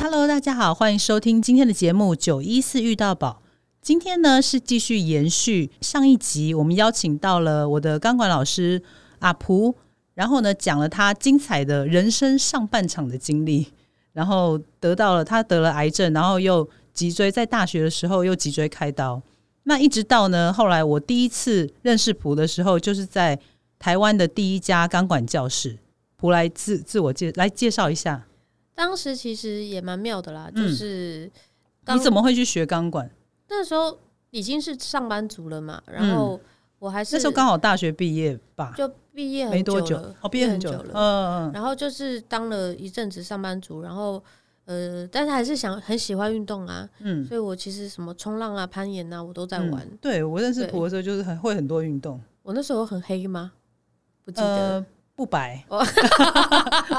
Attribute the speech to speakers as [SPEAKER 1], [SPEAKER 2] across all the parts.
[SPEAKER 1] Hello，大家好，欢迎收听今天的节目《九一四遇到宝》。今天呢是继续延续上一集，我们邀请到了我的钢管老师阿蒲，然后呢讲了他精彩的人生上半场的经历，然后得到了他得了癌症，然后又脊椎在大学的时候又脊椎开刀。那一直到呢后来我第一次认识蒲的时候，就是在台湾的第一家钢管教室。蒲来自自我介来介绍一下。
[SPEAKER 2] 当时其实也蛮妙的啦，
[SPEAKER 1] 嗯
[SPEAKER 2] 就是
[SPEAKER 1] 你
[SPEAKER 2] 刚
[SPEAKER 1] 怎么会去学钢管？
[SPEAKER 2] 那时候已经是上班族了嘛，然后我还
[SPEAKER 1] 嗯
[SPEAKER 2] 是
[SPEAKER 1] 那时候刚好大学毕业吧，
[SPEAKER 2] 就毕业很
[SPEAKER 1] 没多
[SPEAKER 2] 久
[SPEAKER 1] 久
[SPEAKER 2] 了，，
[SPEAKER 1] 哦，毕业很久
[SPEAKER 2] 了
[SPEAKER 1] 了，嗯嗯
[SPEAKER 2] 然后就是当了一阵子上班族，然后呃，但是还是想很喜欢运动啊，
[SPEAKER 1] 嗯，
[SPEAKER 2] 所以我其实什么冲浪啊、攀岩啊，我都在
[SPEAKER 1] 嗯
[SPEAKER 2] 玩。
[SPEAKER 1] 对我认识
[SPEAKER 2] 对
[SPEAKER 1] 婆的时候，就是很会很多运动，
[SPEAKER 2] 我那时候很黑吗？不记得，
[SPEAKER 1] 呃，不白
[SPEAKER 2] 哦，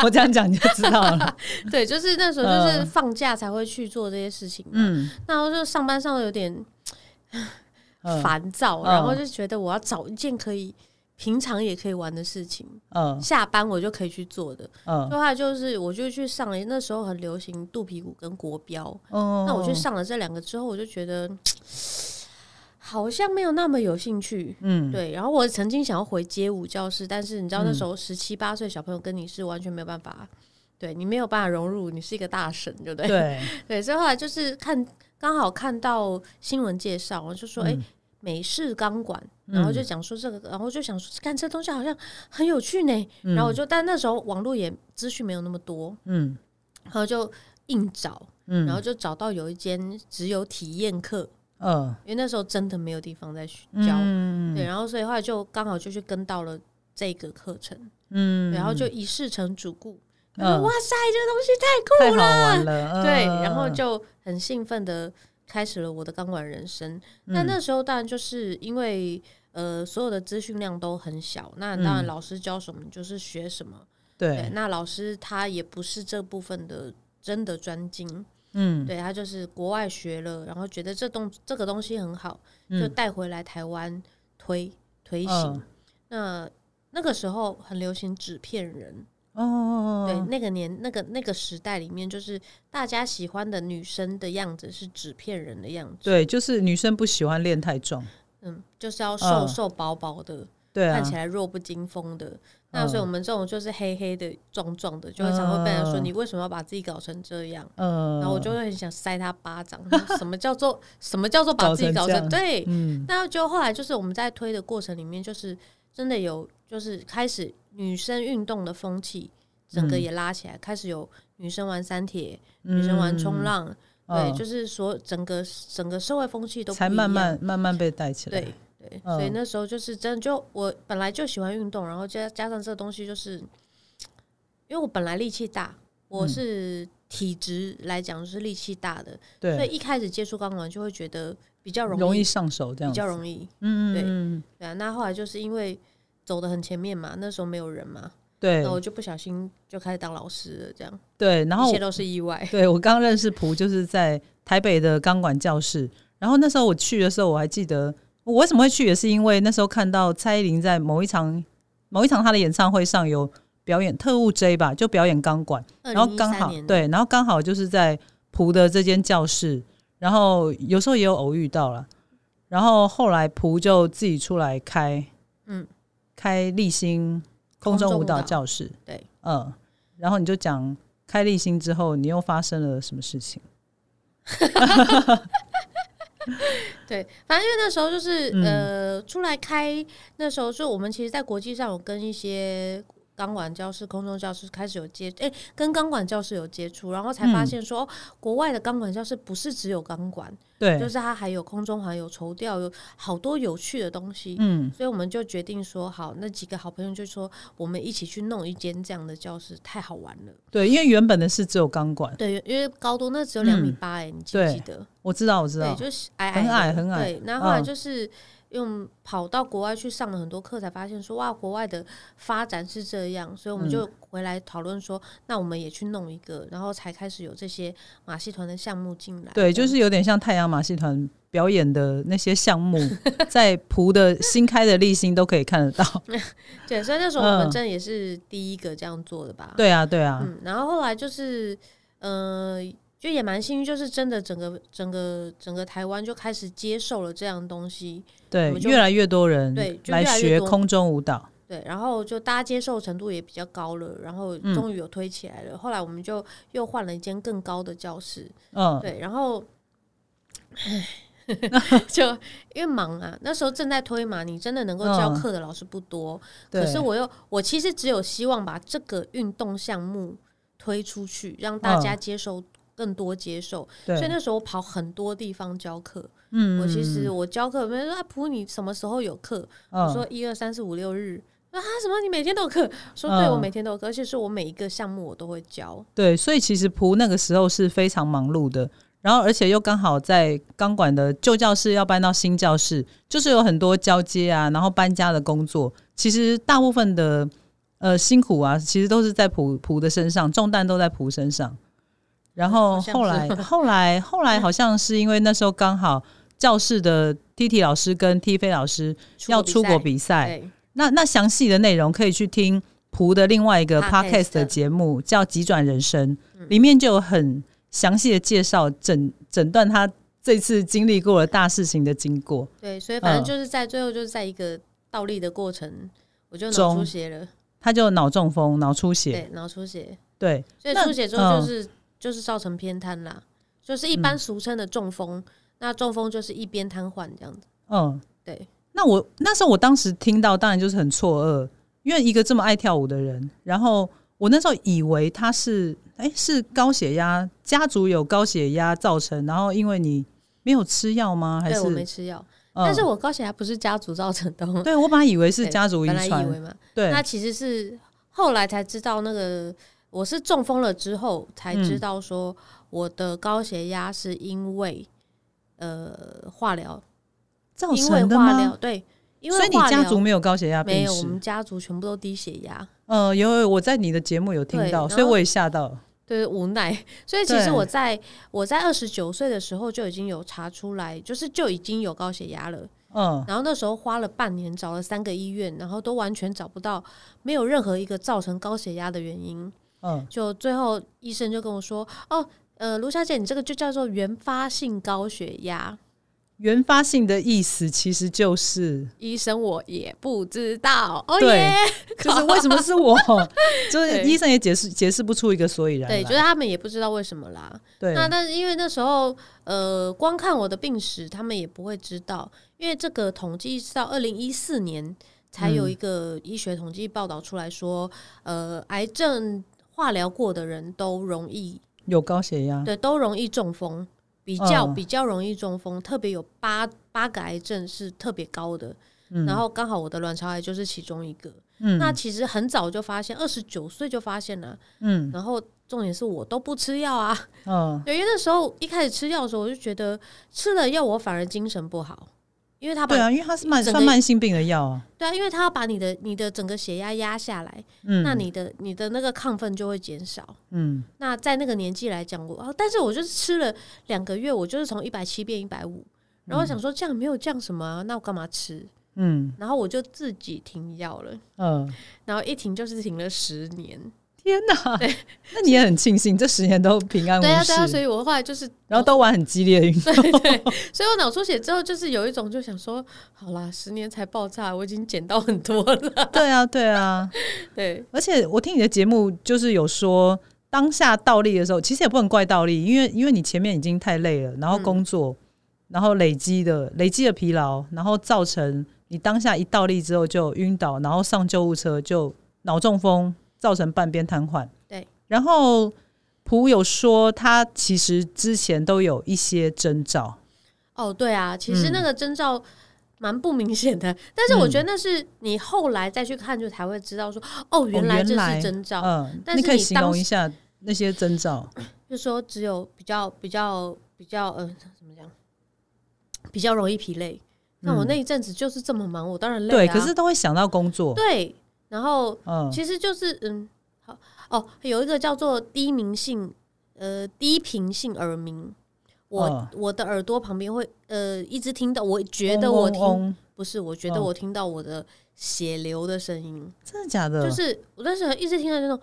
[SPEAKER 1] 我这样讲你就知道了，
[SPEAKER 2] 对，就是那时候就是
[SPEAKER 1] 嗯
[SPEAKER 2] 放假才会去做这些事情嘛。
[SPEAKER 1] 嗯，
[SPEAKER 2] 那我就上班上的有点
[SPEAKER 1] 嗯，
[SPEAKER 2] 烦躁，
[SPEAKER 1] 嗯
[SPEAKER 2] 然后就觉得我要找一件可以平常也可以玩的事情，
[SPEAKER 1] 嗯
[SPEAKER 2] 下班我就可以去做的。
[SPEAKER 1] 嗯，
[SPEAKER 2] 后来就是我就去上了，那时候很流行肚皮舞跟国标，
[SPEAKER 1] 哦
[SPEAKER 2] 那我去，上了这两个之后，我就觉得好像没有那么有兴趣。
[SPEAKER 1] 嗯，
[SPEAKER 2] 对，然后我曾经想要回街舞教室，但是你知道那时
[SPEAKER 1] 嗯
[SPEAKER 2] 候十七八岁小朋友跟你是完全没有办法，对你没有办法融入，你是一个大神，对不对？
[SPEAKER 1] 对，
[SPEAKER 2] 对，所以后来就是看刚好看到新闻介绍，我就说
[SPEAKER 1] 嗯
[SPEAKER 2] 哎、诶美式钢管，然后就讲说这个，然后就想说看这东西好像很有趣呢，然后我就但那时候网络也资讯没有那么多，
[SPEAKER 1] 嗯
[SPEAKER 2] 然后就硬找，
[SPEAKER 1] 嗯，
[SPEAKER 2] 然后就找到有一间只有体验课，
[SPEAKER 1] 嗯
[SPEAKER 2] 因为那时候真的没有地方在学教，
[SPEAKER 1] 嗯
[SPEAKER 2] 对，然后所以后来就刚好就去跟到了这个课程，
[SPEAKER 1] 嗯，
[SPEAKER 2] 然后就一试成主顾，
[SPEAKER 1] 嗯
[SPEAKER 2] 然后哇塞，这个东西
[SPEAKER 1] 太好玩了，
[SPEAKER 2] 对，
[SPEAKER 1] 嗯
[SPEAKER 2] 然后就很兴奋的开始了我的钢管人生。那、
[SPEAKER 1] 嗯
[SPEAKER 2] 那时候当然就是因为呃所有的资讯量都很小，那当然老师教什么你就是学什么。对，
[SPEAKER 1] 嗯对，
[SPEAKER 2] 那老师他也不是这部分的真的专精，
[SPEAKER 1] 嗯
[SPEAKER 2] 对他就是国外学了，然后觉得这东这个东西很好，就
[SPEAKER 1] 嗯
[SPEAKER 2] 带回来台湾推推行。
[SPEAKER 1] 嗯
[SPEAKER 2] 那那个时候很流行纸片人，
[SPEAKER 1] 哦哦，
[SPEAKER 2] 对，
[SPEAKER 1] 哦
[SPEAKER 2] 那个年那个那个时代里面，就是大家喜欢的女生的样子是纸片人的样子，
[SPEAKER 1] 对，就是女生不喜欢练太壮，
[SPEAKER 2] 嗯，就是要瘦、
[SPEAKER 1] 嗯
[SPEAKER 2] 瘦薄薄的，
[SPEAKER 1] 对啊
[SPEAKER 2] 看，起来弱不禁风的。那所以我们这种就是黑黑的、壮壮的，就会常会被人说、
[SPEAKER 1] 嗯
[SPEAKER 2] 你为什么要把自己搞成这样？
[SPEAKER 1] 嗯，
[SPEAKER 2] 然后我就会很想塞他巴掌，说什么叫做什么叫做把自己搞
[SPEAKER 1] 搞成
[SPEAKER 2] 成
[SPEAKER 1] 这
[SPEAKER 2] 对？
[SPEAKER 1] 嗯
[SPEAKER 2] 那就后来就是我们在推的过程里面，就是真的有就是开始女生运动的风气，整个
[SPEAKER 1] 嗯
[SPEAKER 2] 也拉起来，开始有女生玩三铁，女生玩冲
[SPEAKER 1] 嗯
[SPEAKER 2] 浪，
[SPEAKER 1] 嗯
[SPEAKER 2] 对，就是说整个整个社会风气都不
[SPEAKER 1] 才
[SPEAKER 2] 一
[SPEAKER 1] 慢
[SPEAKER 2] 样
[SPEAKER 1] 慢慢慢被带起来。
[SPEAKER 2] 对对，
[SPEAKER 1] 嗯
[SPEAKER 2] 所以那时候就是真的就我本来就喜欢运动，然后加加上这个东西，就是因为我本来力气大，
[SPEAKER 1] 嗯
[SPEAKER 2] 我是体质来讲是力气大的，所
[SPEAKER 1] 对，
[SPEAKER 2] 以一开始接触钢管就会觉得比较容易，
[SPEAKER 1] 容易上手这
[SPEAKER 2] 比
[SPEAKER 1] 样子。
[SPEAKER 2] 较容易，对
[SPEAKER 1] 嗯嗯
[SPEAKER 2] 对啊。那后来就是因为走的很前面嘛，那时候没有人嘛，
[SPEAKER 1] 对
[SPEAKER 2] 那我就不小心就开始当老师了，这样，
[SPEAKER 1] 对。然后
[SPEAKER 2] 一切都是意外。
[SPEAKER 1] 对我刚认识蒲就是在台北的钢管教室，然后那时候我去的时候我还记得，我为什么会去也是因为那时候看到蔡依林在某一场某一场她的演唱会上有表演特务 J 吧，就表演钢管。然后刚
[SPEAKER 2] 2013
[SPEAKER 1] 好
[SPEAKER 2] 年，
[SPEAKER 1] 对，然后刚好就是在蒲的这间教室，然后有时候也有偶遇到了，然后后来蒲就自己出来开，
[SPEAKER 2] 嗯，
[SPEAKER 1] 开立新空中舞蹈教室，
[SPEAKER 2] 对，
[SPEAKER 1] 嗯，然后你就讲开立新之后，你又发生了什么事情？
[SPEAKER 2] 对，反正因为那时候就是、
[SPEAKER 1] 嗯
[SPEAKER 2] 呃，出来开那时候就我们其实，在国际上有跟一些钢管教室、空中教室开始有接，哎、跟钢管教室有接触，然后才发
[SPEAKER 1] 嗯
[SPEAKER 2] 现说，哦国外的钢管教室不是只有钢管，就
[SPEAKER 1] 对，
[SPEAKER 2] 是它还有空中环、有绸吊，有好多有趣的东西。
[SPEAKER 1] 嗯
[SPEAKER 2] 所以我们就决定说，好，那几个好朋友就说，我们一起去弄一间这样的教室，太好玩了。
[SPEAKER 1] 对，因为原本的是只有钢管，
[SPEAKER 2] 对，因为高度那只有两米八、哎、你记
[SPEAKER 1] 嗯
[SPEAKER 2] 不
[SPEAKER 1] 对
[SPEAKER 2] 记得？
[SPEAKER 1] 我知道，我知
[SPEAKER 2] 对，
[SPEAKER 1] 道，
[SPEAKER 2] 就是矮
[SPEAKER 1] 很
[SPEAKER 2] 矮
[SPEAKER 1] 矮
[SPEAKER 2] 的
[SPEAKER 1] 很矮
[SPEAKER 2] 对，那后来
[SPEAKER 1] 嗯
[SPEAKER 2] 就是用跑到国外去上了很多课，才发现说哇，国外的发展是这样，所以我们
[SPEAKER 1] 嗯
[SPEAKER 2] 就回来讨论说，那我们也去弄一个，然后才开始有这些马戏团的项目进来。
[SPEAKER 1] 对，
[SPEAKER 2] 这
[SPEAKER 1] 就
[SPEAKER 2] 样
[SPEAKER 1] 是有点像太阳马戏团表演的那些项 目，在蒲的新开的立新都可以看得到。
[SPEAKER 2] 对，所以那时候我
[SPEAKER 1] 嗯
[SPEAKER 2] 们真的也是第一个这样做的吧。，
[SPEAKER 1] 对啊，对啊，
[SPEAKER 2] 嗯，然后后来就是，呃，就也蛮幸运，就是真的整个整个整个台湾就开始接受了这样的东西，
[SPEAKER 1] 对
[SPEAKER 2] 我，们就
[SPEAKER 1] 越来越多人
[SPEAKER 2] 对就
[SPEAKER 1] 来
[SPEAKER 2] 越来越
[SPEAKER 1] 学
[SPEAKER 2] 多
[SPEAKER 1] 空中舞蹈，
[SPEAKER 2] 对，然后就大家接受程度也比较高了，然后
[SPEAKER 1] 嗯
[SPEAKER 2] 终于有推起来了。后来我们就又换了一间更高的教室，
[SPEAKER 1] 嗯，
[SPEAKER 2] 对，然后，唉 就因为忙啊，那时候正在推嘛，你真的能够教
[SPEAKER 1] 嗯
[SPEAKER 2] 课的老师不多，
[SPEAKER 1] 对，
[SPEAKER 2] 可是我又我其实只有希望把这个运动项目推出去，让大家接受。更多接受，
[SPEAKER 1] 嗯对，
[SPEAKER 2] 所以那时候我跑很多地方教课。
[SPEAKER 1] 嗯，
[SPEAKER 2] 我其实
[SPEAKER 1] 嗯
[SPEAKER 2] 我教课，别人说啊，普你什么时候有课？
[SPEAKER 1] 嗯
[SPEAKER 2] 我说一二三四五六日。啊，什么？你每天都有课？说
[SPEAKER 1] 嗯
[SPEAKER 2] 对，我每天都有课，而且是我每一个项目我都会教。
[SPEAKER 1] 对，所以其实蒲那个时候是非常忙碌的，然后而且又刚好在钢管的旧教室要搬到新教室，就是有很多交接啊，然后搬家的工作，其实大部分的呃辛苦啊，其实都是在蒲蒲的身上，重担都在蒲身上。然后
[SPEAKER 2] 好像
[SPEAKER 1] 后
[SPEAKER 2] 是
[SPEAKER 1] 来后来后来好像是因为那时候刚好教室的 T T 老师跟 T 飞老师要出国比赛，
[SPEAKER 2] 对，
[SPEAKER 1] 那那详细的内容可以去听蒲的另外一个
[SPEAKER 2] Podcast 嗯
[SPEAKER 1] podcast 的节目，叫《急转人生》，里面就有很详细的介绍诊诊断他这次经历过的大事情的经过。
[SPEAKER 2] 对，所以反正
[SPEAKER 1] 嗯
[SPEAKER 2] 就是在最后就是在一个倒立的过程，我就脑
[SPEAKER 1] 中
[SPEAKER 2] 出血了，
[SPEAKER 1] 他就脑中风、脑出血，
[SPEAKER 2] 对，脑出血，
[SPEAKER 1] 对
[SPEAKER 2] 所以
[SPEAKER 1] 那
[SPEAKER 2] 出血之后
[SPEAKER 1] 嗯
[SPEAKER 2] 就是就是造成偏瘫啦，就是一般俗称的中风。那中风就是一边瘫痪这样子，
[SPEAKER 1] 嗯，
[SPEAKER 2] 对。
[SPEAKER 1] 那我那时候我当时听到，当然就是很错愕，因为一个这么爱跳舞的人，然后我那时候以为他是哎、是高血压，家族有高血压造成，然后因为你没有吃药吗？还
[SPEAKER 2] 对
[SPEAKER 1] 是
[SPEAKER 2] 我没吃药，
[SPEAKER 1] 嗯
[SPEAKER 2] 但是我高血压不是家族造成的哦，
[SPEAKER 1] 对，我本来以为是
[SPEAKER 2] 对
[SPEAKER 1] 家族遗
[SPEAKER 2] 本来以
[SPEAKER 1] 传，
[SPEAKER 2] 为嘛，
[SPEAKER 1] 对，
[SPEAKER 2] 那其实是后来才知道，那个我是中风了之后才
[SPEAKER 1] 嗯
[SPEAKER 2] 知道说我的高血压是因为、呃化疗，
[SPEAKER 1] 造
[SPEAKER 2] 因为
[SPEAKER 1] 成的
[SPEAKER 2] 化疗
[SPEAKER 1] 吗？
[SPEAKER 2] 对，因
[SPEAKER 1] 所以
[SPEAKER 2] 为
[SPEAKER 1] 你
[SPEAKER 2] 化疗
[SPEAKER 1] 家族没有高血压
[SPEAKER 2] 没
[SPEAKER 1] 病
[SPEAKER 2] 有，我们
[SPEAKER 1] 史？
[SPEAKER 2] 家族全部都低血压，
[SPEAKER 1] 呃，有有我在你的节目有听
[SPEAKER 2] 对
[SPEAKER 1] 到，
[SPEAKER 2] 然
[SPEAKER 1] 所以
[SPEAKER 2] 后
[SPEAKER 1] 我也吓到了。
[SPEAKER 2] 对，无奈。所以其实
[SPEAKER 1] 对
[SPEAKER 2] 我在我在二十九岁的时候就已经有查出来，就是就已经有高血压了。
[SPEAKER 1] 嗯，
[SPEAKER 2] 然后那时候花了半年，找了三个医院，然后都完全找不到，没有任何一个造成高血压的原因。
[SPEAKER 1] 嗯，
[SPEAKER 2] 就最后医生就跟我说：“哦，呃，卢小姐，你这个就叫做原发性高血压。
[SPEAKER 1] 原发性的意思其实就是”，
[SPEAKER 2] 医生我也不知道，哦
[SPEAKER 1] 对
[SPEAKER 2] 耶，
[SPEAKER 1] 就是为什么是 我，就是
[SPEAKER 2] 对
[SPEAKER 1] 医生也解释解释不出一个所以然来。
[SPEAKER 2] 对，就是他们也不知道为什么啦。
[SPEAKER 1] 对
[SPEAKER 2] 那但是因为那时候，呃，光看我的病史，他们也不会知道，因为这个统计是到二零一四年才
[SPEAKER 1] 嗯
[SPEAKER 2] 有一个医学统计报道出来说，呃，癌症化疗过的人都容易
[SPEAKER 1] 有高血压，
[SPEAKER 2] 对，都容易中风，比较、
[SPEAKER 1] 嗯
[SPEAKER 2] 比较容易中风，特别有八八个癌症是特别高的，
[SPEAKER 1] 嗯
[SPEAKER 2] 然后刚好我的卵巢癌就是其中一个。
[SPEAKER 1] 嗯
[SPEAKER 2] 那其实很早就发现，二十九岁就发现了，
[SPEAKER 1] 嗯
[SPEAKER 2] 然后重点是我都不吃药啊，
[SPEAKER 1] 嗯
[SPEAKER 2] 对因为那时候一开始吃药的时候，我就觉得吃了药我反而精神不好，因为它把
[SPEAKER 1] 对啊，因为它是慢
[SPEAKER 2] 整
[SPEAKER 1] 算
[SPEAKER 2] 个
[SPEAKER 1] 慢性病的药啊，
[SPEAKER 2] 对啊，因为它要把你的你的整个血压压下来，
[SPEAKER 1] 嗯，
[SPEAKER 2] 那你的你的那个亢奋就会减少。
[SPEAKER 1] 嗯
[SPEAKER 2] 那在那个年纪来讲，我啊，但是我就是吃了两个月，我就是从一百七变一百五，然后想说这样没有降什么啊、那我干嘛吃？
[SPEAKER 1] 嗯
[SPEAKER 2] 然后我就自己停药了，
[SPEAKER 1] 嗯，
[SPEAKER 2] 然后一停就是停了十 年。
[SPEAKER 1] 天哪，那你也很庆幸这十年都平安无
[SPEAKER 2] 对啊，对啊，
[SPEAKER 1] 事
[SPEAKER 2] 所，以我后来就是，
[SPEAKER 1] 然后都玩很激烈的运动。
[SPEAKER 2] 所以我脑出血之后，就是有一种就想说，好啦，十年才爆炸，我已经减到很多了。
[SPEAKER 1] 对啊，对啊，
[SPEAKER 2] 对，
[SPEAKER 1] 而且我听你的节目，就是有说当下倒立的时候，其实也不能怪倒立，因为因为你前面已经太累了，然后工作，然后累积的累积的疲劳，然后造成你当下一倒立之后就晕倒，然后上救护车就脑中风，造成半边瘫痪。
[SPEAKER 2] 对，
[SPEAKER 1] 然后普有说他其实之前都有一些征兆，
[SPEAKER 2] 哦，对啊，其实那个征兆蛮不明显的，但是我觉得那是你后来再去看，就才会知道说，哦，原来这
[SPEAKER 1] 原来
[SPEAKER 2] 是征兆。
[SPEAKER 1] 嗯，
[SPEAKER 2] 但是
[SPEAKER 1] 可以
[SPEAKER 2] 你
[SPEAKER 1] 形
[SPEAKER 2] 当
[SPEAKER 1] 容
[SPEAKER 2] 时
[SPEAKER 1] 一下那些征兆，
[SPEAKER 2] 就说只有比较比较比较，嗯、怎么讲，比较容易疲累。那我
[SPEAKER 1] 嗯
[SPEAKER 2] 那一阵子就是这么忙，我当然累、啊。
[SPEAKER 1] 对，可是都会想到工作，
[SPEAKER 2] 对，然后
[SPEAKER 1] 嗯，
[SPEAKER 2] 其实就是嗯，好哦，有一个叫做低鸣性，呃，低频性耳鸣。我、
[SPEAKER 1] 嗯
[SPEAKER 2] 我的耳朵旁边会呃一直听到，我觉得
[SPEAKER 1] 嗡
[SPEAKER 2] 我
[SPEAKER 1] 嗡
[SPEAKER 2] 听
[SPEAKER 1] 嗡
[SPEAKER 2] 不是，我觉得
[SPEAKER 1] 嗯
[SPEAKER 2] 我听到我的血流的声音，
[SPEAKER 1] 真的假的？
[SPEAKER 2] 就是我那时候一直听到那种，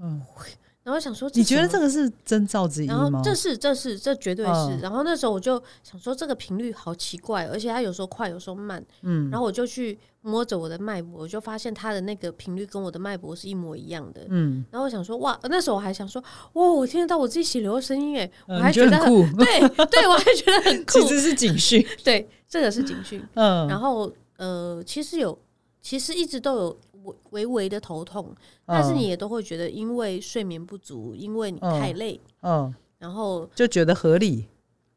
[SPEAKER 1] 嗯，
[SPEAKER 2] 然 然后想说
[SPEAKER 1] 你觉得
[SPEAKER 2] 什
[SPEAKER 1] 这
[SPEAKER 2] 么
[SPEAKER 1] 个是征兆之一
[SPEAKER 2] 然后
[SPEAKER 1] 吗？
[SPEAKER 2] 这是这是这绝对是。
[SPEAKER 1] 嗯
[SPEAKER 2] 然后那时候我就想说这个频率好奇怪，哦而且它有时候快，有时候慢。
[SPEAKER 1] 嗯
[SPEAKER 2] 然后我就去摸着我的脉搏，我就发现它的那个频率跟我的脉搏是一模一样的。
[SPEAKER 1] 嗯，
[SPEAKER 2] 然后我想说哇，那时候我还想说哇，我听得到我自己血流的声音哎，我
[SPEAKER 1] 嗯
[SPEAKER 2] 还
[SPEAKER 1] 你觉得
[SPEAKER 2] 得
[SPEAKER 1] 很酷，
[SPEAKER 2] 对对，我还觉得很酷
[SPEAKER 1] 其。实是警 讯。
[SPEAKER 2] 对，这个是警讯。
[SPEAKER 1] 嗯，
[SPEAKER 2] 然后呃，其实有，其实一直都有微微微的头痛，但是
[SPEAKER 1] 嗯
[SPEAKER 2] 你也都会觉得因为睡眠不足，因为你太累，
[SPEAKER 1] 嗯
[SPEAKER 2] 然后
[SPEAKER 1] 就觉得合理。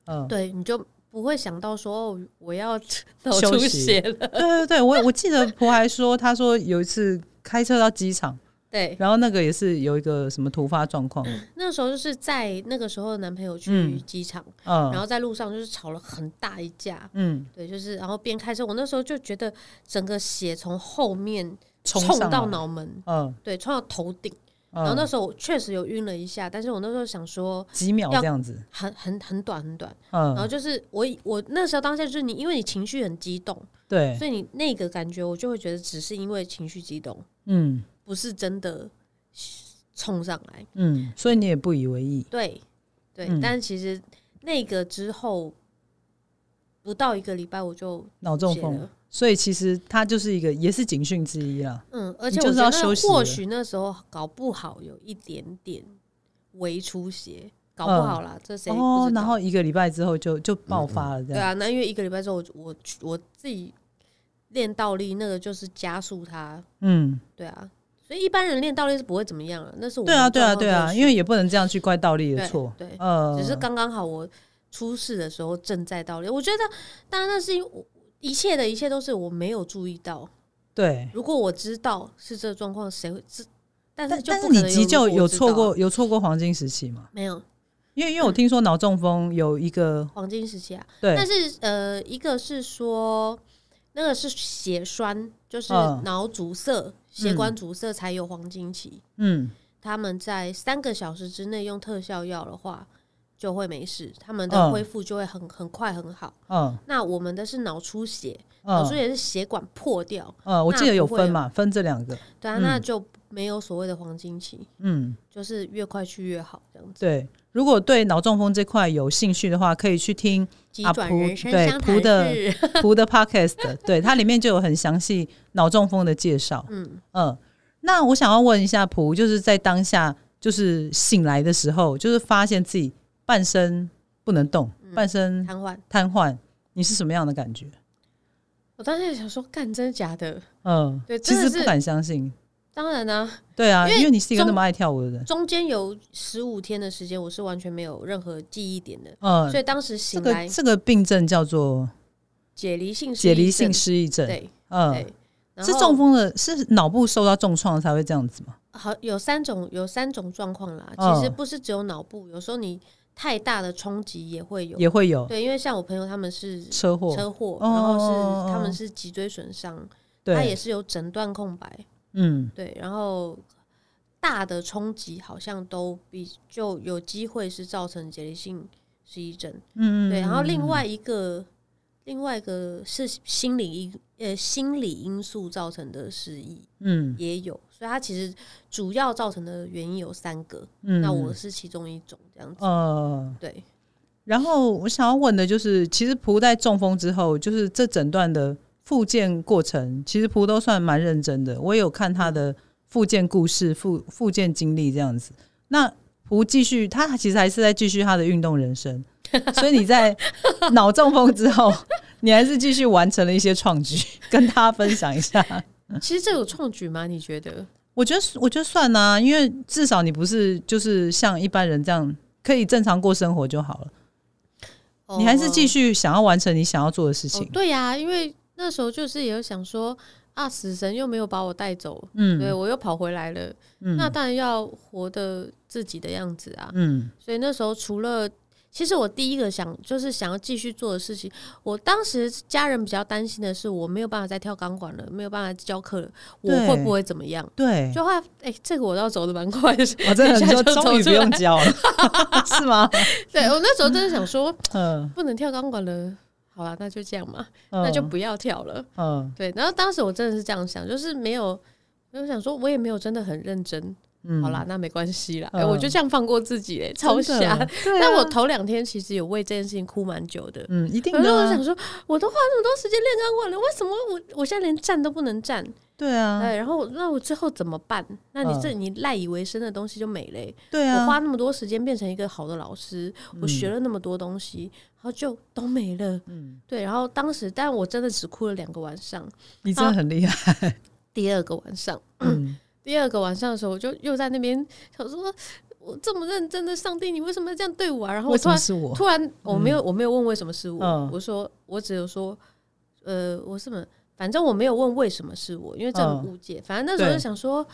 [SPEAKER 1] 嗯，
[SPEAKER 2] 对你就不会想到说哦，我要 脑
[SPEAKER 1] 休
[SPEAKER 2] 出
[SPEAKER 1] 息
[SPEAKER 2] 血
[SPEAKER 1] 对
[SPEAKER 2] 了。
[SPEAKER 1] 对对，我我记得婆还说，他说有一次开车到机场，
[SPEAKER 2] 对，
[SPEAKER 1] 然后那个也是有一个什么突发状况。
[SPEAKER 2] 那时候就是在那个时候，男朋友去
[SPEAKER 1] 嗯
[SPEAKER 2] 机场，然
[SPEAKER 1] 嗯
[SPEAKER 2] 后在路上就是吵了很大一架。
[SPEAKER 1] 嗯，
[SPEAKER 2] 对，就是然后边开车，我那时候就觉得整个血从后面
[SPEAKER 1] 冲
[SPEAKER 2] 冲
[SPEAKER 1] 上
[SPEAKER 2] 到
[SPEAKER 1] 来。
[SPEAKER 2] 脑门，
[SPEAKER 1] 嗯，
[SPEAKER 2] 对，冲到头顶。
[SPEAKER 1] 然
[SPEAKER 2] 然后那时候我确实有晕了一下，但是我那时候想说
[SPEAKER 1] 几秒
[SPEAKER 2] 要
[SPEAKER 1] 这样子。
[SPEAKER 2] 很很很短很短，然后
[SPEAKER 1] 嗯，
[SPEAKER 2] 就是我以我那时候当下就是你，因为你情绪很激动，
[SPEAKER 1] 对，
[SPEAKER 2] 所以你那个感觉我就会觉得只是因为情绪激动，
[SPEAKER 1] 嗯
[SPEAKER 2] 不是真的冲上来。
[SPEAKER 1] 嗯，所以你也不以为意。
[SPEAKER 2] 对对，
[SPEAKER 1] 嗯
[SPEAKER 2] 但其实那个之后不到一个礼拜我就
[SPEAKER 1] 脑哦中
[SPEAKER 2] 解
[SPEAKER 1] 风
[SPEAKER 2] 了，，
[SPEAKER 1] 所以其实它就是一个也是警讯之一啦。
[SPEAKER 2] 嗯，而
[SPEAKER 1] 你
[SPEAKER 2] 且
[SPEAKER 1] 就
[SPEAKER 2] 我
[SPEAKER 1] 是要
[SPEAKER 2] 觉
[SPEAKER 1] 休
[SPEAKER 2] 得
[SPEAKER 1] 息
[SPEAKER 2] 或
[SPEAKER 1] 了
[SPEAKER 2] 许那时候搞不好有一点点微出血，搞不
[SPEAKER 1] 嗯
[SPEAKER 2] 好啦，这谁不
[SPEAKER 1] 哦
[SPEAKER 2] 知，道
[SPEAKER 1] 然？后一个礼拜之后就就爆发了，这
[SPEAKER 2] 对
[SPEAKER 1] 样。
[SPEAKER 2] 啊，那因为一个礼拜之后我，我我自己练倒立，那个就是加速它，
[SPEAKER 1] 嗯，
[SPEAKER 2] 对啊，所以一般人练倒立是不会怎么样了，那是我
[SPEAKER 1] 对啊，
[SPEAKER 2] 们
[SPEAKER 1] 对啊，
[SPEAKER 2] 状况
[SPEAKER 1] 对啊，
[SPEAKER 2] 特殊
[SPEAKER 1] 因为也不能这样去怪倒立的
[SPEAKER 2] 对
[SPEAKER 1] 错。
[SPEAKER 2] 对，
[SPEAKER 1] 呃，
[SPEAKER 2] 只是刚刚好我出事的时候正在倒立，我觉得当然那是因为我一切的一切都是我没有注意到，
[SPEAKER 1] 对，
[SPEAKER 2] 如果我知道是这个状况，谁会知？但是
[SPEAKER 1] 但
[SPEAKER 2] 就
[SPEAKER 1] 但
[SPEAKER 2] 不
[SPEAKER 1] 是
[SPEAKER 2] 可
[SPEAKER 1] 你
[SPEAKER 2] 能
[SPEAKER 1] 急救
[SPEAKER 2] 如果
[SPEAKER 1] 有
[SPEAKER 2] 我知道
[SPEAKER 1] 错
[SPEAKER 2] 啊
[SPEAKER 1] 过有错过黄金时期吗？
[SPEAKER 2] 没有
[SPEAKER 1] 因为因为我听说脑中风有一个
[SPEAKER 2] 黄金时期啊？
[SPEAKER 1] 对
[SPEAKER 2] 但是呃，一个是说那个是血栓，就是
[SPEAKER 1] 嗯
[SPEAKER 2] 脑阻塞、血管阻塞才有黄金期。
[SPEAKER 1] 嗯
[SPEAKER 2] 他们在三个小时之内用特效药的话，就会没事，他们
[SPEAKER 1] 嗯
[SPEAKER 2] 的恢复就会很很快很好。
[SPEAKER 1] 嗯
[SPEAKER 2] 那我们的是脑出血，脑
[SPEAKER 1] 嗯
[SPEAKER 2] 出血是血管破掉，
[SPEAKER 1] 嗯，我记得有分
[SPEAKER 2] 哦那
[SPEAKER 1] 嘛，分这两个，
[SPEAKER 2] 对啊，
[SPEAKER 1] 嗯
[SPEAKER 2] 那就没有所谓的黄金期，
[SPEAKER 1] 嗯，
[SPEAKER 2] 就是越快去越好这样子。
[SPEAKER 1] 对。如果对脑中风这块有兴趣的话，可以去听
[SPEAKER 2] 急
[SPEAKER 1] 啊
[SPEAKER 2] 转
[SPEAKER 1] 普
[SPEAKER 2] 人生
[SPEAKER 1] 对
[SPEAKER 2] 相
[SPEAKER 1] 普
[SPEAKER 2] 谈
[SPEAKER 1] 的
[SPEAKER 2] 室，
[SPEAKER 1] 图的 podcast，对它里面就有很详细脑中风的介绍。
[SPEAKER 2] 嗯，
[SPEAKER 1] 嗯，那我想要问一下蒲，就是在当下就是醒来的时候，就是发现自己半身不能动，
[SPEAKER 2] 嗯
[SPEAKER 1] 半身
[SPEAKER 2] 瘫痪。
[SPEAKER 1] 瘫痪，你是什么样的感觉？
[SPEAKER 2] 我当时想说，干真的假的？
[SPEAKER 1] 嗯，
[SPEAKER 2] 对
[SPEAKER 1] 其
[SPEAKER 2] 真的
[SPEAKER 1] 实不
[SPEAKER 2] 是
[SPEAKER 1] 敢相信。
[SPEAKER 2] 当然啊，
[SPEAKER 1] 对啊，
[SPEAKER 2] 因为
[SPEAKER 1] 因为你是一个
[SPEAKER 2] 中
[SPEAKER 1] 那么爱跳舞的人，
[SPEAKER 2] 中间有十五天的时间，我是完全没有任何记忆点的，
[SPEAKER 1] 嗯
[SPEAKER 2] 所，以当时
[SPEAKER 1] 这
[SPEAKER 2] 醒
[SPEAKER 1] 个
[SPEAKER 2] 来，
[SPEAKER 1] 这个病症叫做
[SPEAKER 2] 解离性失
[SPEAKER 1] 解离
[SPEAKER 2] 忆症
[SPEAKER 1] 性失忆症，
[SPEAKER 2] 对
[SPEAKER 1] 嗯，
[SPEAKER 2] 对，然
[SPEAKER 1] 是
[SPEAKER 2] 后
[SPEAKER 1] 中风的，是脑部受到重创才会这样子吗？
[SPEAKER 2] 好有三种有三种状况啦，
[SPEAKER 1] 嗯
[SPEAKER 2] 其实不是只有脑部，有时候你太大的冲击也会有，
[SPEAKER 1] 也会有
[SPEAKER 2] 对，因为像我朋友他们是
[SPEAKER 1] 车祸，
[SPEAKER 2] 车祸，
[SPEAKER 1] 哦
[SPEAKER 2] 然后
[SPEAKER 1] 哦哦
[SPEAKER 2] 是他
[SPEAKER 1] 哦
[SPEAKER 2] 们是脊椎损伤，他也
[SPEAKER 1] 对，
[SPEAKER 2] 是有诊断空白，
[SPEAKER 1] 嗯，
[SPEAKER 2] 对，然后。大的冲击好像都比就有机会是造成解离性失忆症，
[SPEAKER 1] 嗯，
[SPEAKER 2] 对，然后另
[SPEAKER 1] 嗯
[SPEAKER 2] 外一个另外一个是心理因呃心理因素造成的失忆
[SPEAKER 1] 嗯
[SPEAKER 2] 也有，所以它其实主要造成的原因有三个，
[SPEAKER 1] 嗯，
[SPEAKER 2] 那我是其中一种这样子。
[SPEAKER 1] 呃，
[SPEAKER 2] 对，
[SPEAKER 1] 然后我想要问的就是，其实蒲在中风之后，就是这诊断的复健过程，其实蒲都算蛮认真的。我也有看他的复健故事、复复健经历这样子。那蒲继续，他其实还是在继续他的运动人生。所以你在脑中风之后，你还是继续完成了一些创举，跟大家分享一下。
[SPEAKER 2] 其实这有创举吗？你觉得？
[SPEAKER 1] 我觉得，我觉得算啦、因为至少你不是就是像一般人这样可以正常过生活就好了。
[SPEAKER 2] 哦
[SPEAKER 1] 你还是继
[SPEAKER 2] 续
[SPEAKER 1] 续想要完成你想要做的事情。
[SPEAKER 2] 哦对呀、因为那时候就是也有想说啊，死神又没有把我带走，对
[SPEAKER 1] 嗯，
[SPEAKER 2] 我又跑回来了，
[SPEAKER 1] 嗯
[SPEAKER 2] 那当然要活得自己的样子啊。
[SPEAKER 1] 嗯
[SPEAKER 2] 所以那时候除了，其实我第一个想就是想要继续做的事情，我当时家人比较担心的是我没有办法再跳钢管了，没有办法教课了，我
[SPEAKER 1] 对
[SPEAKER 2] 会不会怎么样？
[SPEAKER 1] 对，
[SPEAKER 2] 就话，哎、这个我倒走的蛮快的，
[SPEAKER 1] 我真的
[SPEAKER 2] 一
[SPEAKER 1] 很
[SPEAKER 2] 下
[SPEAKER 1] 说
[SPEAKER 2] 就
[SPEAKER 1] 终于不
[SPEAKER 2] 走出
[SPEAKER 1] 用
[SPEAKER 2] 来
[SPEAKER 1] 教了， 是吗？
[SPEAKER 2] 对我那时候真的想说，
[SPEAKER 1] 嗯，
[SPEAKER 2] 不能跳钢管了，好啦，那就这样嘛，
[SPEAKER 1] 那
[SPEAKER 2] 那就不要跳了。
[SPEAKER 1] 嗯
[SPEAKER 2] 对，然后当时我真的是这样想，就是没有，没有想说，我也没有真的很认真，
[SPEAKER 1] 嗯
[SPEAKER 2] 好啦，，那没关系啦。
[SPEAKER 1] 嗯
[SPEAKER 2] 哎，我就这样放过自己，哎，超
[SPEAKER 1] 真的
[SPEAKER 2] 瞎。
[SPEAKER 1] 对啊
[SPEAKER 2] 但我头两天其实有为这件事情哭蛮久的。
[SPEAKER 1] 嗯，一定
[SPEAKER 2] 可是
[SPEAKER 1] 的
[SPEAKER 2] 我
[SPEAKER 1] 啊、
[SPEAKER 2] 想说，我都花那么多时间练钢管了，为什么我我现在连站都不能站？
[SPEAKER 1] 对啊，嗯
[SPEAKER 2] 对，然后那我最后怎么办？那你这你赖以为生的东西就没了欸、
[SPEAKER 1] 对
[SPEAKER 2] 我花
[SPEAKER 1] 啊，
[SPEAKER 2] 那么多时间变成一个好的老师，我学了那么多东西，然后就都没了。
[SPEAKER 1] 嗯，
[SPEAKER 2] 对，然后当时，但我真的只哭了两个晚上。
[SPEAKER 1] 你真的很 厉害，
[SPEAKER 2] 第二个晚上，
[SPEAKER 1] 嗯，
[SPEAKER 2] 第二个晚上的时候，我就又在那边想说，我这么认真的，上帝，你为什么要这样对我、啊？然后我
[SPEAKER 1] 为什
[SPEAKER 2] 突
[SPEAKER 1] 么
[SPEAKER 2] 然
[SPEAKER 1] 是我？
[SPEAKER 2] 突然我没有、我没有问为什么是我，
[SPEAKER 1] 嗯
[SPEAKER 2] 我说我只有说，呃，我什么，反正我没有问为什么是我，因为这很
[SPEAKER 1] 嗯
[SPEAKER 2] 误解。反正那时候
[SPEAKER 1] 对
[SPEAKER 2] 就想说，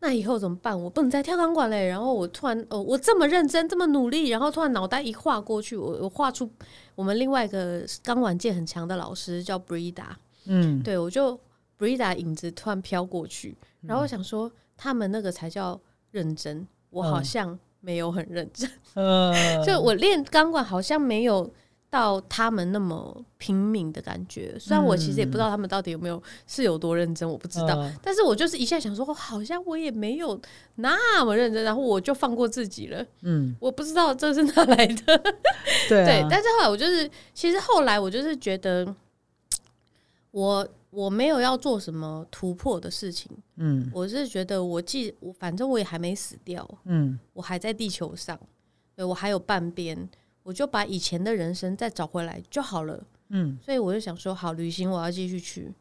[SPEAKER 2] 那以后怎么办？我不能再跳钢管嘞。然后我突然，哦，我这么认真，这么努力，然后突然脑袋一划过去，我我画出我们另外一个钢管界很强的老师叫 Brida，
[SPEAKER 1] 嗯，
[SPEAKER 2] 对我就 Brida 影子突然飘过去，然后我想说，他们那个才叫认真，我好
[SPEAKER 1] 嗯
[SPEAKER 2] 像没有很认真。
[SPEAKER 1] 呃，
[SPEAKER 2] 就我练钢管好像没有到他们那么拼命的感觉，虽然我其实也不知道他们到底有没有是有多认真，我不知道。
[SPEAKER 1] 呃
[SPEAKER 2] 但是我就是一下想说，哦好像我也没有那么认真，然后我就放过自己了。
[SPEAKER 1] 嗯，
[SPEAKER 2] 我不知道这是哪来的，
[SPEAKER 1] 对
[SPEAKER 2] 对
[SPEAKER 1] 啊，。
[SPEAKER 2] 但是后来我就是，其实后来我就是觉得，我我没有要做什么突破的事情，
[SPEAKER 1] 嗯
[SPEAKER 2] 我是觉得我既我反正我也还没死掉，
[SPEAKER 1] 嗯
[SPEAKER 2] 我还在地球上，对我还有半边，我就把以前的人生再找回来就好了。
[SPEAKER 1] 嗯
[SPEAKER 2] 所以我就想说，好，旅行我要继续去，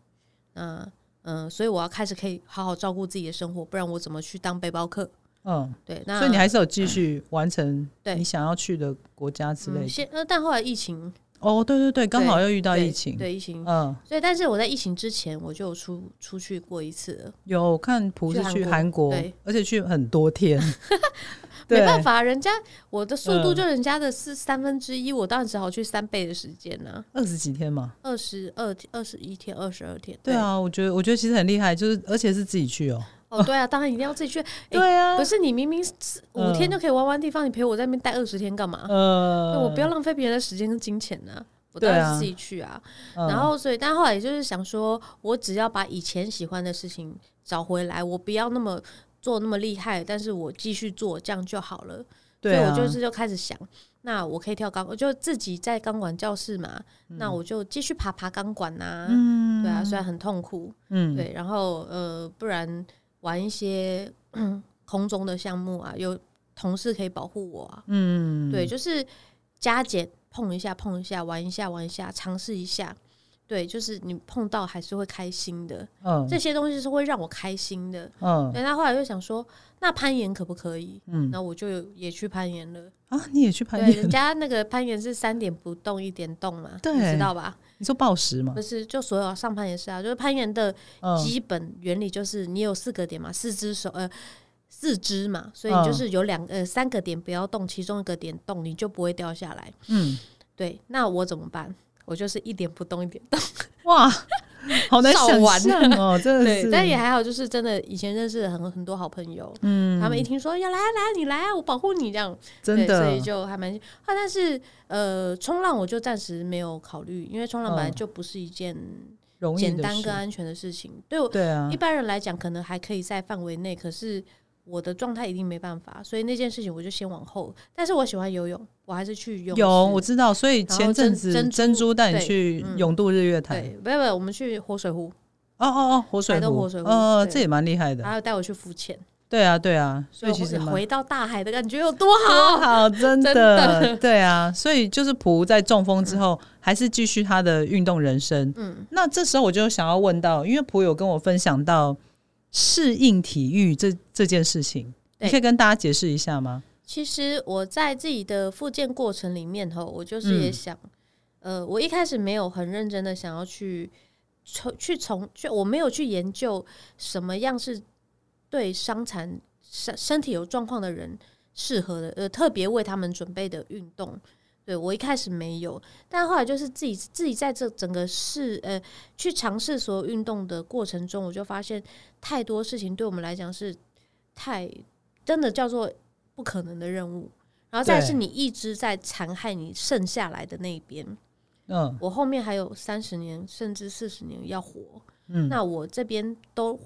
[SPEAKER 2] 那嗯、呃所以我要开始可以好好照顾自己的生活，不然我怎么去当背包客？
[SPEAKER 1] 嗯，
[SPEAKER 2] 对，那
[SPEAKER 1] 所以你还是有继续完成
[SPEAKER 2] 对
[SPEAKER 1] 你想要去的国家之类
[SPEAKER 2] 嗯，
[SPEAKER 1] 的。
[SPEAKER 2] 先呃，但后来疫情
[SPEAKER 1] 哦，对对对，刚好又遇到
[SPEAKER 2] 对
[SPEAKER 1] 疫情，
[SPEAKER 2] 对疫情，
[SPEAKER 1] 嗯，
[SPEAKER 2] 所以但是我在疫情之前我就有出出去过一次了，
[SPEAKER 1] 有看图是
[SPEAKER 2] 去
[SPEAKER 1] 去
[SPEAKER 2] 韩
[SPEAKER 1] 韩国
[SPEAKER 2] 对，
[SPEAKER 1] 而且去很多天，
[SPEAKER 2] 没
[SPEAKER 1] 对
[SPEAKER 2] 办法，人家我的速度
[SPEAKER 1] 嗯
[SPEAKER 2] 就人家的是三分之一，我当然只好去三倍的时间呢、
[SPEAKER 1] 二十几天嘛。
[SPEAKER 2] 2二十二天、二十一天、二十二天，
[SPEAKER 1] 对啊，我觉得我觉得其实很厉害，就是而且是自己去哦。
[SPEAKER 2] 哦，对啊，当然一定要自 己去。
[SPEAKER 1] 对啊
[SPEAKER 2] 不，是你明明是五
[SPEAKER 1] 嗯
[SPEAKER 2] 天就可以玩完地方，你陪我在那边待二十天干嘛？
[SPEAKER 1] 呃
[SPEAKER 2] 对我不要浪费别人的时间跟金钱呢、我
[SPEAKER 1] 对
[SPEAKER 2] 当
[SPEAKER 1] 啊
[SPEAKER 2] 然是自己去啊。
[SPEAKER 1] 嗯
[SPEAKER 2] 然后，所以但后来就是想说，我只要把以前喜欢的事情找回来，我不要那么做那么厉害，但是我继续做这样就好了。
[SPEAKER 1] 对啊，
[SPEAKER 2] 所以我就是就开始想，那我可以跳钢，我就自己在钢管教室嘛，那我就继续爬爬钢管呐、
[SPEAKER 1] 嗯
[SPEAKER 2] 对啊，虽然很痛苦，
[SPEAKER 1] 嗯
[SPEAKER 2] 对，然后呃，不然玩一些 嗯空中的项目啊，有同事可以保护我啊，
[SPEAKER 1] 嗯
[SPEAKER 2] 对，就是加减碰一下，碰一下，玩一下，玩一下，尝试一下。对，就是你碰到还是会开心的，
[SPEAKER 1] 嗯
[SPEAKER 2] 这些东西是会让我开心的。
[SPEAKER 1] 嗯
[SPEAKER 2] 对，那后来就想说，那攀岩可不可以？
[SPEAKER 1] 嗯
[SPEAKER 2] 那我就有也去攀岩了。
[SPEAKER 1] 啊，你也去攀
[SPEAKER 2] 对，人
[SPEAKER 1] 岩？
[SPEAKER 2] 家那个攀岩是三点不动一点动嘛，你
[SPEAKER 1] 对
[SPEAKER 2] 知道吧？
[SPEAKER 1] 你说暴食嘛
[SPEAKER 2] 不？是，就所有上攀岩是啊，就是攀岩的
[SPEAKER 1] 嗯
[SPEAKER 2] 基本原理就是你有四个点嘛，四只手呃四肢嘛，所
[SPEAKER 1] 嗯
[SPEAKER 2] 以你就是有两呃三个点不要动，其中一个点动你就不会掉下来。
[SPEAKER 1] 嗯，
[SPEAKER 2] 对，那我怎么办？我就是一点不动一点动。
[SPEAKER 1] 哇，好难
[SPEAKER 2] 少
[SPEAKER 1] 想
[SPEAKER 2] 玩
[SPEAKER 1] 象 哦，真的
[SPEAKER 2] 对
[SPEAKER 1] 是，，
[SPEAKER 2] 但也还好，就是真的以前认识了很很多好朋友，
[SPEAKER 1] 嗯，
[SPEAKER 2] 他们一听说要来啊来啊你来啊，我保护你这样，
[SPEAKER 1] 真
[SPEAKER 2] 对
[SPEAKER 1] 的，
[SPEAKER 2] 所以就还蛮。啊但是呃，冲浪我就暂时没有考虑，因为冲浪本来
[SPEAKER 1] 嗯
[SPEAKER 2] 就不是一件
[SPEAKER 1] 容易
[SPEAKER 2] 简
[SPEAKER 1] 的
[SPEAKER 2] 单
[SPEAKER 1] 事
[SPEAKER 2] 跟安全的事情，对我
[SPEAKER 1] 对啊
[SPEAKER 2] 一，般人来讲，可能还可以在范围内，可是我的状态一定没办法，所以那件事情我就先往后。但是我喜欢游泳，我还是去游
[SPEAKER 1] 有我
[SPEAKER 2] 我
[SPEAKER 1] 知道，所以
[SPEAKER 2] 然后
[SPEAKER 1] 前阵
[SPEAKER 2] 珍
[SPEAKER 1] 子
[SPEAKER 2] 珍珠
[SPEAKER 1] 珍珠带你
[SPEAKER 2] 对
[SPEAKER 1] 去
[SPEAKER 2] 嗯
[SPEAKER 1] 永渡日月潭，
[SPEAKER 2] 对，不不，我们去活水湖，
[SPEAKER 1] 哦哦哦，活水
[SPEAKER 2] 台东
[SPEAKER 1] 湖，
[SPEAKER 2] 活水湖
[SPEAKER 1] 呃，
[SPEAKER 2] 对
[SPEAKER 1] 这也蛮厉害的
[SPEAKER 2] 还，有带我去浮潜，
[SPEAKER 1] 对啊对啊，所以其实
[SPEAKER 2] 我
[SPEAKER 1] 蛮
[SPEAKER 2] 回到大海的感觉有多
[SPEAKER 1] 多
[SPEAKER 2] 好。
[SPEAKER 1] 好，真
[SPEAKER 2] 真
[SPEAKER 1] 的
[SPEAKER 2] 的
[SPEAKER 1] 对啊，所以就是朴在中风之后，还是继续他的运动人生。
[SPEAKER 2] 嗯，
[SPEAKER 1] 那这时候我就想要问到，因为朴有跟我分享到适应体育这这件事情，
[SPEAKER 2] 对
[SPEAKER 1] 你可以跟大家解释一下吗？
[SPEAKER 2] 其实我在自己的复健过程里面吼，我就是
[SPEAKER 1] 嗯
[SPEAKER 2] 也想，呃，我一开始没有很认真的想要去从去从去，我没有去研究什么样是对伤残身身体有状况的人适合的，呃，特别为他们准备的运动。对我一开始没有，但后来就是自己自己在这整个试呃去尝试所有运动的过程中，我就发现太多事情对我们来讲是太真的叫做不可能的任务。然后再来是
[SPEAKER 1] 对
[SPEAKER 2] 你一直在残害你剩下来的那一边，
[SPEAKER 1] 嗯
[SPEAKER 2] 我后面还有三十年甚至四十年要活，
[SPEAKER 1] 嗯
[SPEAKER 2] 那我这边都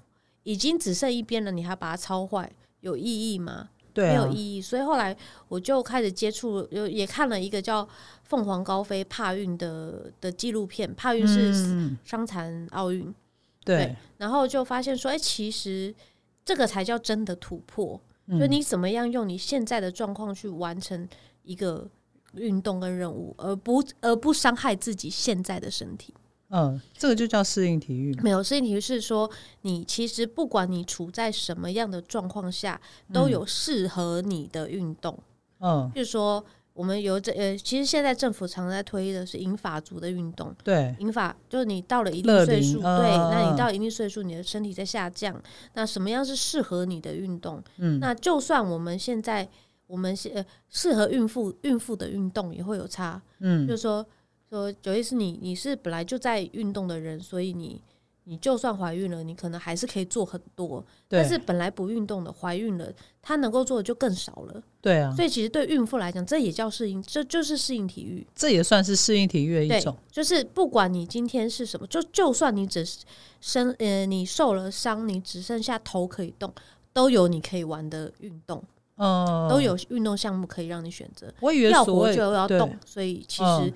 [SPEAKER 2] 已经只剩一边了，你还把它超坏，有意义吗？
[SPEAKER 1] 对、啊，
[SPEAKER 2] 没有意义。所以后来我就开始接触，有也看了一个叫《凤凰高飞帕运》的的纪录片，帕运是
[SPEAKER 1] 嗯，
[SPEAKER 2] 伤残奥运，
[SPEAKER 1] 对，
[SPEAKER 2] 然后就发现说，哎、其实这个才叫真的突破，
[SPEAKER 1] 嗯
[SPEAKER 2] 就你怎么样用你现在的状况去完成一个运动跟任务，而不而不伤害自己现在的身体。
[SPEAKER 1] 嗯，这个就叫适应体育嘛。
[SPEAKER 2] 没有，事情体是说，你其实不管你处在什么样的状况下，都有适合你的运动。
[SPEAKER 1] 嗯，
[SPEAKER 2] 比如说，我们有这呃，其实现在政府常常在推的是银发族的运动。
[SPEAKER 1] 对，
[SPEAKER 2] 银发就是你到了一
[SPEAKER 1] 乐
[SPEAKER 2] 定岁
[SPEAKER 1] 龄
[SPEAKER 2] 数，
[SPEAKER 1] 嗯
[SPEAKER 2] 对，那
[SPEAKER 1] 嗯
[SPEAKER 2] 你到一定岁数，你的身体在下降，那什么样是适合你的运动？
[SPEAKER 1] 嗯，
[SPEAKER 2] 那就算我们现在我们现呃适合孕妇孕妇的运动也会有差，
[SPEAKER 1] 嗯
[SPEAKER 2] 就说说九一是你你是本来就在运动的人，所以你你就算怀孕了，你可能还是可以做很多，
[SPEAKER 1] 对，
[SPEAKER 2] 但是本来不运动的怀孕了，她能够做的就更少了。
[SPEAKER 1] 对啊，
[SPEAKER 2] 所以其实对孕妇来讲，这也叫适应，这就是适应体育。
[SPEAKER 1] 这也算是适应体育的一
[SPEAKER 2] 对
[SPEAKER 1] 种。，
[SPEAKER 2] 就是不管你今天是什么，就就算你只是生呃你受了伤，你只剩下头可以动，都有你可以玩的运动，
[SPEAKER 1] 嗯，
[SPEAKER 2] 都。有运动项目可以让你选择。
[SPEAKER 1] 我以为
[SPEAKER 2] 要
[SPEAKER 1] 所
[SPEAKER 2] 活
[SPEAKER 1] 谓
[SPEAKER 2] 就要
[SPEAKER 1] 对嗯
[SPEAKER 2] 动，所以其实、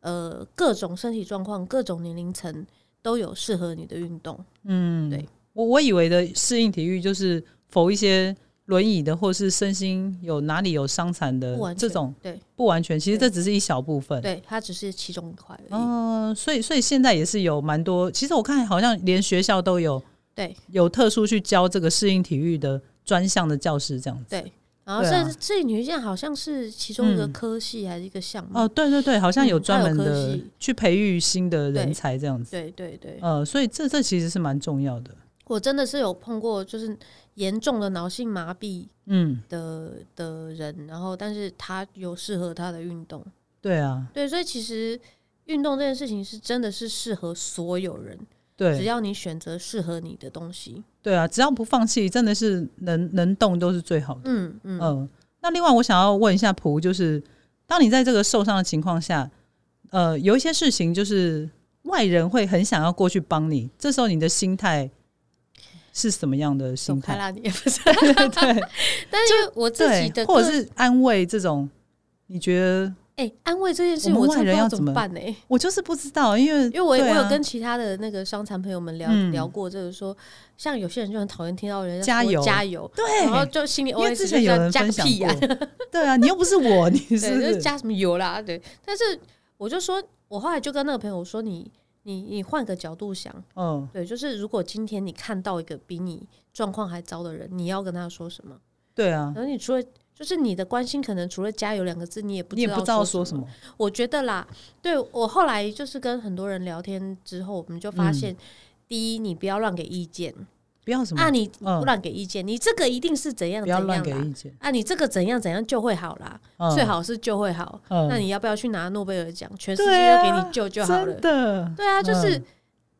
[SPEAKER 2] 呃，各种身体状况、各种年龄层都有适合你的运动。
[SPEAKER 1] 嗯，
[SPEAKER 2] 对
[SPEAKER 1] 我我以为的适应体育就是否一些轮椅的，或是身心有哪里有伤残的
[SPEAKER 2] 不完
[SPEAKER 1] 嗯这
[SPEAKER 2] 全
[SPEAKER 1] 种嗯
[SPEAKER 2] 对
[SPEAKER 1] 不完全，其实这
[SPEAKER 2] 对
[SPEAKER 1] 只是一小部分。
[SPEAKER 2] 对，它只是其中一块而已。
[SPEAKER 1] 嗯、所以所以现在也是有蛮多，其实我看好像连学校都有
[SPEAKER 2] 对
[SPEAKER 1] 有特殊去教这个适应体育的专项的教师这样子。
[SPEAKER 2] 对，然后
[SPEAKER 1] 对啊
[SPEAKER 2] 甚至这女现在好像是其中一个
[SPEAKER 1] 嗯
[SPEAKER 2] 科系还是一个项目。
[SPEAKER 1] 哦，对对对，好像有
[SPEAKER 2] 嗯
[SPEAKER 1] 专
[SPEAKER 2] 它有
[SPEAKER 1] 门
[SPEAKER 2] 科
[SPEAKER 1] 的
[SPEAKER 2] 系
[SPEAKER 1] 去培育新的人
[SPEAKER 2] 对
[SPEAKER 1] 才这样子。
[SPEAKER 2] 对对对，
[SPEAKER 1] 呃，所以这这其实是蛮重要的。
[SPEAKER 2] 我真的是有碰过，就是严重的脑性麻痹
[SPEAKER 1] 嗯，
[SPEAKER 2] 的的人，然后但是他有适合他的运动。
[SPEAKER 1] 对啊，
[SPEAKER 2] 对，所以其实运动这件事情是真的是适合所有人，只
[SPEAKER 1] 对
[SPEAKER 2] 要你选择适合你的东西。
[SPEAKER 1] 对啊，只要不放弃，真的是能能动都是最好的。
[SPEAKER 2] 嗯嗯
[SPEAKER 1] 嗯，那另外我想要问一下蒲，就是当你在这个受伤的情况下，呃，有一些事情就是外人会很想要过去帮你，这时候你的心态是什么样的
[SPEAKER 2] 走
[SPEAKER 1] 心
[SPEAKER 2] 开
[SPEAKER 1] 态？
[SPEAKER 2] 啦，你也不是。
[SPEAKER 1] 对 对 对
[SPEAKER 2] 但是我自己
[SPEAKER 1] 对，
[SPEAKER 2] 的
[SPEAKER 1] 或
[SPEAKER 2] 个，
[SPEAKER 1] 者是安慰这种，你觉得
[SPEAKER 2] 哎、安慰这件事，
[SPEAKER 1] 我们
[SPEAKER 2] 我
[SPEAKER 1] 外
[SPEAKER 2] 真的
[SPEAKER 1] 人
[SPEAKER 2] 不知道
[SPEAKER 1] 要
[SPEAKER 2] 怎
[SPEAKER 1] 怎么
[SPEAKER 2] 么办呢、欸
[SPEAKER 1] 我就是不知道，因为
[SPEAKER 2] 因为我、
[SPEAKER 1] 对啊
[SPEAKER 2] 我有跟其他的那个伤残朋友们聊、
[SPEAKER 1] 嗯
[SPEAKER 2] 聊过这个说像有些人就很讨厌听到人家
[SPEAKER 1] 加
[SPEAKER 2] 说
[SPEAKER 1] 油
[SPEAKER 2] 加油，
[SPEAKER 1] 对，
[SPEAKER 2] 然后就心里
[SPEAKER 1] 哎因为
[SPEAKER 2] OS
[SPEAKER 1] 之
[SPEAKER 2] 就
[SPEAKER 1] 前
[SPEAKER 2] 是
[SPEAKER 1] 有
[SPEAKER 2] 要
[SPEAKER 1] 人
[SPEAKER 2] 加
[SPEAKER 1] 分
[SPEAKER 2] 个
[SPEAKER 1] 享
[SPEAKER 2] 屁
[SPEAKER 1] 过，
[SPEAKER 2] 呀、
[SPEAKER 1] 对啊，你又不是我，你是
[SPEAKER 2] 对，
[SPEAKER 1] 不
[SPEAKER 2] 就是
[SPEAKER 1] 是
[SPEAKER 2] 加什么油啦，对。但是我就说，我后来就跟那个朋友说你。你你换个角度想，
[SPEAKER 1] 嗯
[SPEAKER 2] 对，就是如果今天你看到一个比你状况还糟的人，你要跟他说什么？
[SPEAKER 1] 对啊
[SPEAKER 2] 然，后你除了就是你的关心，可能除了加油两个字，你也不
[SPEAKER 1] 你也不知道说什
[SPEAKER 2] 么。
[SPEAKER 1] 么，
[SPEAKER 2] 我觉得啦，对我后来就是跟很多人聊天之后，我们就
[SPEAKER 1] 嗯
[SPEAKER 2] 发现，第一，你不要乱给意见
[SPEAKER 1] 不要什
[SPEAKER 2] 啊，
[SPEAKER 1] 么，
[SPEAKER 2] 你
[SPEAKER 1] 嗯
[SPEAKER 2] 不乱给意见，你这个一定是怎样
[SPEAKER 1] 不
[SPEAKER 2] 怎
[SPEAKER 1] 要乱
[SPEAKER 2] 样
[SPEAKER 1] 给
[SPEAKER 2] 啦
[SPEAKER 1] 意见，
[SPEAKER 2] 啊，你这个怎样怎样就会好啦，
[SPEAKER 1] 嗯
[SPEAKER 2] 最好是就会好。
[SPEAKER 1] 嗯
[SPEAKER 2] 那你要不要去拿诺贝尔奖？全世
[SPEAKER 1] 对
[SPEAKER 2] 界
[SPEAKER 1] 啊
[SPEAKER 2] 都给你救就好了
[SPEAKER 1] 真。的，
[SPEAKER 2] 对啊，就是
[SPEAKER 1] 嗯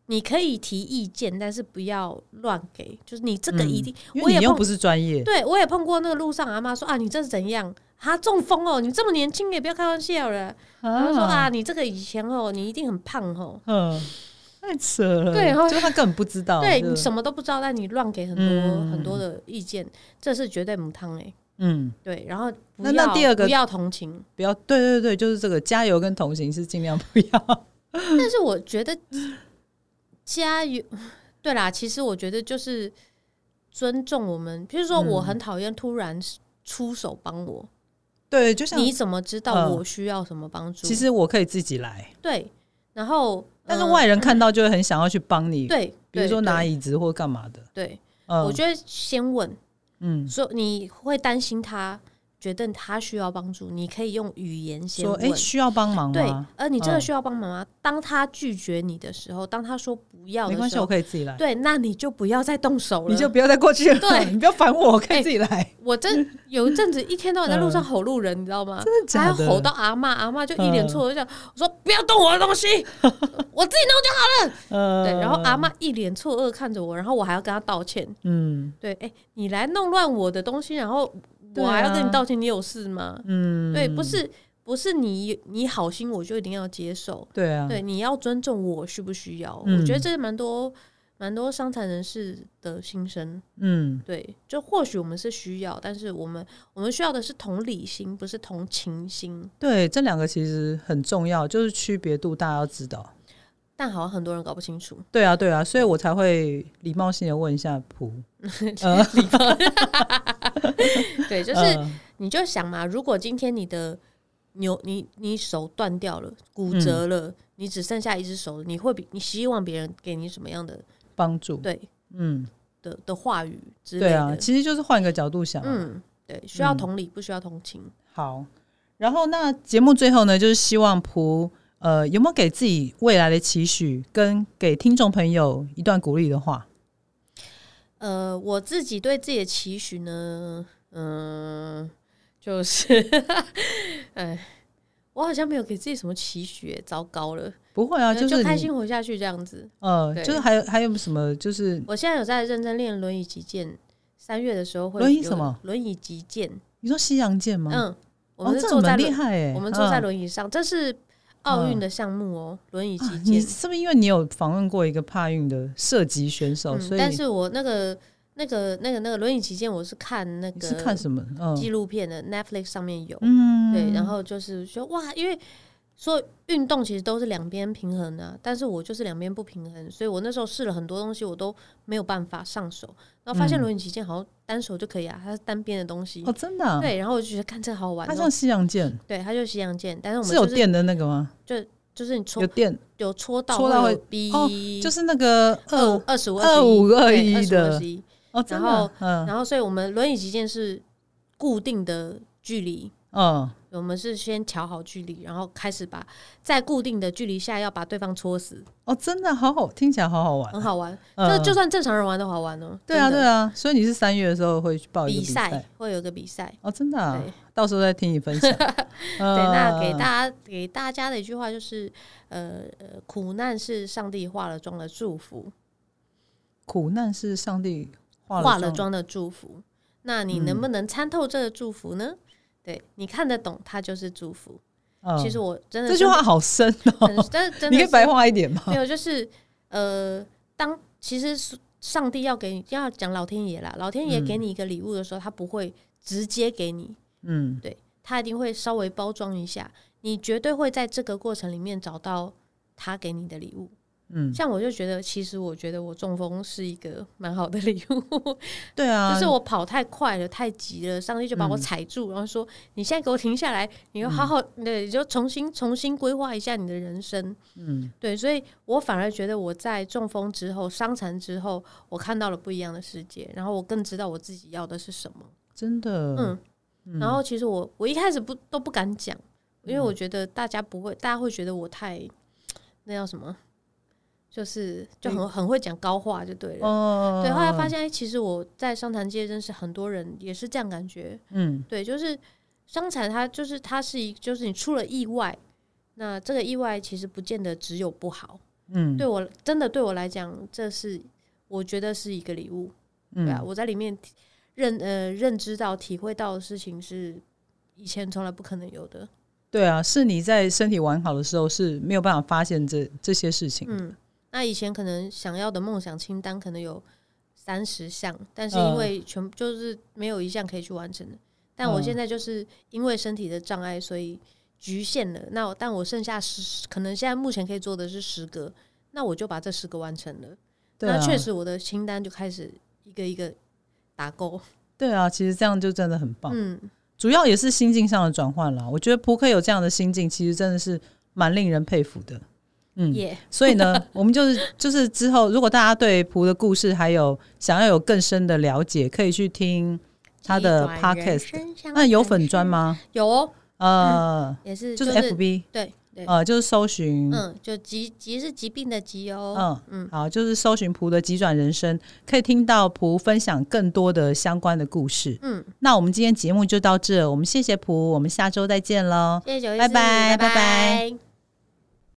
[SPEAKER 2] 你可以提意见，但是不要乱给，就是你这个一定，
[SPEAKER 1] 嗯因
[SPEAKER 2] 我
[SPEAKER 1] 为
[SPEAKER 2] 也
[SPEAKER 1] 你又
[SPEAKER 2] 碰
[SPEAKER 1] 不是专业，
[SPEAKER 2] 对我也碰过那个路上阿妈说啊，你这是怎样？啊，中风哦！你这么年轻也不要开玩笑了。然后说啊，，你这个以前哦，你一定很胖哦。
[SPEAKER 1] 嗯，太扯了，
[SPEAKER 2] 对然后
[SPEAKER 1] 就是他根本不知道，
[SPEAKER 2] 对
[SPEAKER 1] 就
[SPEAKER 2] 你什么都不知道，但你乱给很多、
[SPEAKER 1] 哦嗯
[SPEAKER 2] 很多的意见，这是绝对母汤哎。
[SPEAKER 1] 嗯，
[SPEAKER 2] 对，然后不
[SPEAKER 1] 那
[SPEAKER 2] 要
[SPEAKER 1] 那第二个
[SPEAKER 2] 不要同情，
[SPEAKER 1] 不要，对对对，就是这个加油跟同行是尽量不要，
[SPEAKER 2] 但是我觉得加油，对啦，其实我觉得就是尊重我们，譬如
[SPEAKER 1] 嗯
[SPEAKER 2] 说我很讨厌突然出手帮我，
[SPEAKER 1] 对，就像
[SPEAKER 2] 你怎么知道
[SPEAKER 1] 嗯
[SPEAKER 2] 我需要什么帮助？
[SPEAKER 1] 其实我可以自己来，
[SPEAKER 2] 对，然后
[SPEAKER 1] 但是
[SPEAKER 2] 呃
[SPEAKER 1] 外人看到就会很想要去帮你，
[SPEAKER 2] 对，
[SPEAKER 1] 比如
[SPEAKER 2] 对
[SPEAKER 1] 说拿
[SPEAKER 2] 对
[SPEAKER 1] 椅子或干嘛的，
[SPEAKER 2] 对，
[SPEAKER 1] 嗯，
[SPEAKER 2] 我觉得先问，
[SPEAKER 1] 嗯，
[SPEAKER 2] 说你会担心他，觉得他需要帮助，你可以用语言先
[SPEAKER 1] 说
[SPEAKER 2] 问。
[SPEAKER 1] 哎需要帮忙
[SPEAKER 2] 对呃
[SPEAKER 1] 吗？，
[SPEAKER 2] 而你真
[SPEAKER 1] 嗯
[SPEAKER 2] 的需要帮忙吗？当他拒绝你的时候，当他说不要
[SPEAKER 1] 没
[SPEAKER 2] 的
[SPEAKER 1] 关系，
[SPEAKER 2] 时
[SPEAKER 1] 我
[SPEAKER 2] 候，
[SPEAKER 1] 可以自己来，
[SPEAKER 2] 对，那你就不要再动手了。
[SPEAKER 1] 你就不要再过去了，
[SPEAKER 2] 对
[SPEAKER 1] 你不要烦我，我可以
[SPEAKER 2] 哎
[SPEAKER 1] 自己来，
[SPEAKER 2] 我真有一阵子一天到晚在 路上吼路人，你知道吗？
[SPEAKER 1] 嗯真的
[SPEAKER 2] 还
[SPEAKER 1] 假
[SPEAKER 2] 要
[SPEAKER 1] 的？
[SPEAKER 2] 吼到阿嬷，阿嬷就一
[SPEAKER 1] 嗯
[SPEAKER 2] 脸错愕，就讲我说不要动我的东西，我自己弄就好。
[SPEAKER 1] 呃
[SPEAKER 2] 对，然后啊阿，嬷一脸错愕看着我，然后我还要跟她道歉。
[SPEAKER 1] 嗯
[SPEAKER 2] 对，哎、你来弄乱我的东西，然后
[SPEAKER 1] 对
[SPEAKER 2] 我还要跟
[SPEAKER 1] 啊
[SPEAKER 2] 你道歉，你有事吗？
[SPEAKER 1] 嗯，
[SPEAKER 2] 对，不是不是你你好心我就一定要接受，
[SPEAKER 1] 对啊，
[SPEAKER 2] 对，你要尊重我需不需要？
[SPEAKER 1] 嗯
[SPEAKER 2] 我觉得这是蛮多蛮多伤残人士的心声。
[SPEAKER 1] 嗯
[SPEAKER 2] 对，就或许我们是需要，但是我们我们需要的是同理心，不是同情心。
[SPEAKER 1] 对，这两个其实很重要，就是区别度大家要知道。
[SPEAKER 2] 但好像很多人搞不清楚，
[SPEAKER 1] 对啊，对啊，所以我才会礼貌性的问一下普，
[SPEAKER 2] 对，就
[SPEAKER 1] 就是
[SPEAKER 2] 你就想嘛，如果今天你的牛，你你手断掉了，骨
[SPEAKER 1] 嗯
[SPEAKER 2] 折了，你只剩下一只手了，你会比你希望别人给你什么样的
[SPEAKER 1] 帮助。
[SPEAKER 2] 对
[SPEAKER 1] 嗯，
[SPEAKER 2] 的的话语之类
[SPEAKER 1] 对啊，
[SPEAKER 2] 的？
[SPEAKER 1] 其实就是换一个角度想啊、
[SPEAKER 2] 嗯，对，需要同理，不需要同情。
[SPEAKER 1] 好，然后那节目最后呢，就是希望蒲呃有没有给自己未来的期许，跟给听众朋友一段鼓励的话？
[SPEAKER 2] 呃，我自己对自己的期许呢，嗯、就是，哎，我好像没有给自己什么期许耶，糟糕了，
[SPEAKER 1] 不会啊，
[SPEAKER 2] 呃
[SPEAKER 1] 是
[SPEAKER 2] 就开
[SPEAKER 1] 你
[SPEAKER 2] 心活下去这样子。
[SPEAKER 1] 呃，
[SPEAKER 2] 对
[SPEAKER 1] 就是还有还有什么就是
[SPEAKER 2] 我现在有在认真练轮椅击剑，三月的时候会
[SPEAKER 1] 轮椅
[SPEAKER 2] 有
[SPEAKER 1] 什么？
[SPEAKER 2] 轮椅击剑，
[SPEAKER 1] 你说西洋剑吗？
[SPEAKER 2] 嗯，我
[SPEAKER 1] 哦，
[SPEAKER 2] 们
[SPEAKER 1] 这
[SPEAKER 2] 是
[SPEAKER 1] 个
[SPEAKER 2] 坐在
[SPEAKER 1] 蛮厉
[SPEAKER 2] 轮，
[SPEAKER 1] 害哎，
[SPEAKER 2] 我们坐在
[SPEAKER 1] 嗯
[SPEAKER 2] 轮椅上，这是奥运的项目哦，轮椅击
[SPEAKER 1] 啊你
[SPEAKER 2] 剑。
[SPEAKER 1] 是不是因为你有访问过一个帕运的射击选手，哦所
[SPEAKER 2] 嗯，
[SPEAKER 1] 以
[SPEAKER 2] 但是我那个、那个、那个、那个轮椅击剑，我是看那
[SPEAKER 1] 你是
[SPEAKER 2] 个
[SPEAKER 1] 看什么？
[SPEAKER 2] 纪
[SPEAKER 1] 嗯
[SPEAKER 2] 录片的 Netflix 上面有，
[SPEAKER 1] 嗯，
[SPEAKER 2] 对，然后就是说哇，因为说运动其实都是两边平衡啊，但是我就是两边不平衡，所以我那时候试了很多东西，我都没有办法上手，然后发现
[SPEAKER 1] 嗯
[SPEAKER 2] 轮椅击剑好像单手就可以啊，它是单边的东西，
[SPEAKER 1] 哦，真的啊，
[SPEAKER 2] 对，然后我就觉得看这个好好玩、
[SPEAKER 1] 它
[SPEAKER 2] 哦
[SPEAKER 1] 像，西洋剑
[SPEAKER 2] 对，它就是西洋剑，但是我
[SPEAKER 1] 是
[SPEAKER 2] 们
[SPEAKER 1] 有
[SPEAKER 2] 就是
[SPEAKER 1] 电的那个吗？
[SPEAKER 2] 就是你戳
[SPEAKER 1] 有电，
[SPEAKER 2] 有戳到
[SPEAKER 1] 戳到
[SPEAKER 2] 会
[SPEAKER 1] 会
[SPEAKER 2] 有逼，
[SPEAKER 1] 哦就是那个
[SPEAKER 2] 二
[SPEAKER 1] 二
[SPEAKER 2] 二十五
[SPEAKER 1] 25
[SPEAKER 2] 一
[SPEAKER 1] 21的
[SPEAKER 2] 21
[SPEAKER 1] 哦，真的
[SPEAKER 2] 然后
[SPEAKER 1] 啊，嗯
[SPEAKER 2] 然后所以我们轮椅击剑是固定的距离，
[SPEAKER 1] 嗯，
[SPEAKER 2] 我们是先调好距离，然后开始把在固定的距离下要把对方戳死，
[SPEAKER 1] 哦，真的好好，听起来好好玩
[SPEAKER 2] 很。好玩。
[SPEAKER 1] 嗯
[SPEAKER 2] 这就算正常人玩都好玩哦。
[SPEAKER 1] 对啊，
[SPEAKER 2] 真
[SPEAKER 1] 对
[SPEAKER 2] 的
[SPEAKER 1] 啊，所以你是三月的时候会去报一个
[SPEAKER 2] 比
[SPEAKER 1] 比
[SPEAKER 2] 赛会有一个比赛。
[SPEAKER 1] 哦，真的、啊
[SPEAKER 2] 对，
[SPEAKER 1] 到时候再听你分享。 嗯对，
[SPEAKER 2] 对，那给大家给大家的一句话就是，呃，呃苦难是上帝化了妆的祝福，
[SPEAKER 1] 苦难是上帝化
[SPEAKER 2] 化
[SPEAKER 1] 了嗯
[SPEAKER 2] 了，妆的祝福。那你能不能参透这个祝福呢？对你看得懂，它就是祝福。
[SPEAKER 1] 嗯
[SPEAKER 2] 其实我真的
[SPEAKER 1] 这句话好深哦、
[SPEAKER 2] 真的很，真的真
[SPEAKER 1] 你
[SPEAKER 2] 的
[SPEAKER 1] 可以
[SPEAKER 2] 是
[SPEAKER 1] 白话一点吗？
[SPEAKER 2] 没有，就是呃，当其实是上帝要给你，要讲老天爷啦，老天爷给你一个礼物的时候，他不会直接给你，
[SPEAKER 1] 嗯
[SPEAKER 2] 他一定会稍微包装一下，你绝对会在这个过程里面找到他给你的礼物。
[SPEAKER 1] 嗯，
[SPEAKER 2] 像我就觉得，其实我觉得我中风是一个蛮好的礼 物，
[SPEAKER 1] 对啊，嗯
[SPEAKER 2] 就是我跑太快了，太急了，上帝就把我踩住，然后说：“你现在给我停下来，你要好好，对，你就重新重新规划一下你的人生。”
[SPEAKER 1] 嗯
[SPEAKER 2] 对，所以我反而觉得我在中风之后、伤残之后，我看到了不一样的世界，然后我更知道我自己要的是什么。
[SPEAKER 1] 真的
[SPEAKER 2] 嗯，然后其实我我一开始不都不敢讲，因为
[SPEAKER 1] 嗯
[SPEAKER 2] 我觉得大家不会，大家会觉得我太那叫什么，就是就很很会讲高话就对了。
[SPEAKER 1] 哦，
[SPEAKER 2] 对，后来发现，哎，其实我在伤残界认识很多人，也是这样感觉。
[SPEAKER 1] 嗯
[SPEAKER 2] 对，就是伤残，它就是它是一，就是你出了意外，那这个意外其实不见得只有不好。
[SPEAKER 1] 嗯
[SPEAKER 2] 对我真的对我来讲，这是我觉得是一个礼物，对啊，
[SPEAKER 1] 嗯
[SPEAKER 2] 我在里面体认呃认知到、体会到的事情是以前从来不可能有的，
[SPEAKER 1] 对啊，是你在身体完好的时候是没有办法发现这这些事情。
[SPEAKER 2] 嗯，那以前可能想要的梦想清单可能有三十项，但是
[SPEAKER 1] 嗯
[SPEAKER 2] 因为全就是没有一项可以去完成的，但我
[SPEAKER 1] 嗯
[SPEAKER 2] 现在就是因为身体的障碍，所以局限了，那我但我剩下十，可能现在目前可以做的是十个，那我就把这十个完成了。
[SPEAKER 1] 对啊，
[SPEAKER 2] 那确实，我的清单就开始一个一个打勾。
[SPEAKER 1] 对啊，其实这样就真的很棒。
[SPEAKER 2] 嗯，
[SPEAKER 1] 主要也是心境上的转换啦。我觉得扑克有这样的心境，其实真的是蛮令人佩服的。嗯，
[SPEAKER 2] 耶、
[SPEAKER 1] 所以 呢，我们就是就是之后，如果大家对蒲的故事还有想要有更深的了解，可以去听他的 podcast。那有粉砖？吗？
[SPEAKER 2] 有哦，
[SPEAKER 1] 呃，
[SPEAKER 2] 也是
[SPEAKER 1] 就是
[SPEAKER 2] 是
[SPEAKER 1] FB，
[SPEAKER 2] 对对，
[SPEAKER 1] 呃，就是搜寻，
[SPEAKER 2] 嗯，就疾疾是疾病的疾哦。
[SPEAKER 1] 嗯
[SPEAKER 2] 嗯
[SPEAKER 1] 好，就是搜寻蒲的急转人生，可以听到蒲分享更多的相关的故事。
[SPEAKER 2] 嗯，
[SPEAKER 1] 那我们今天节目就到这，我们谢谢蒲，我们下周再见喽。
[SPEAKER 2] 谢谢九一四，
[SPEAKER 1] 拜拜
[SPEAKER 2] 拜
[SPEAKER 1] 拜拜
[SPEAKER 2] 拜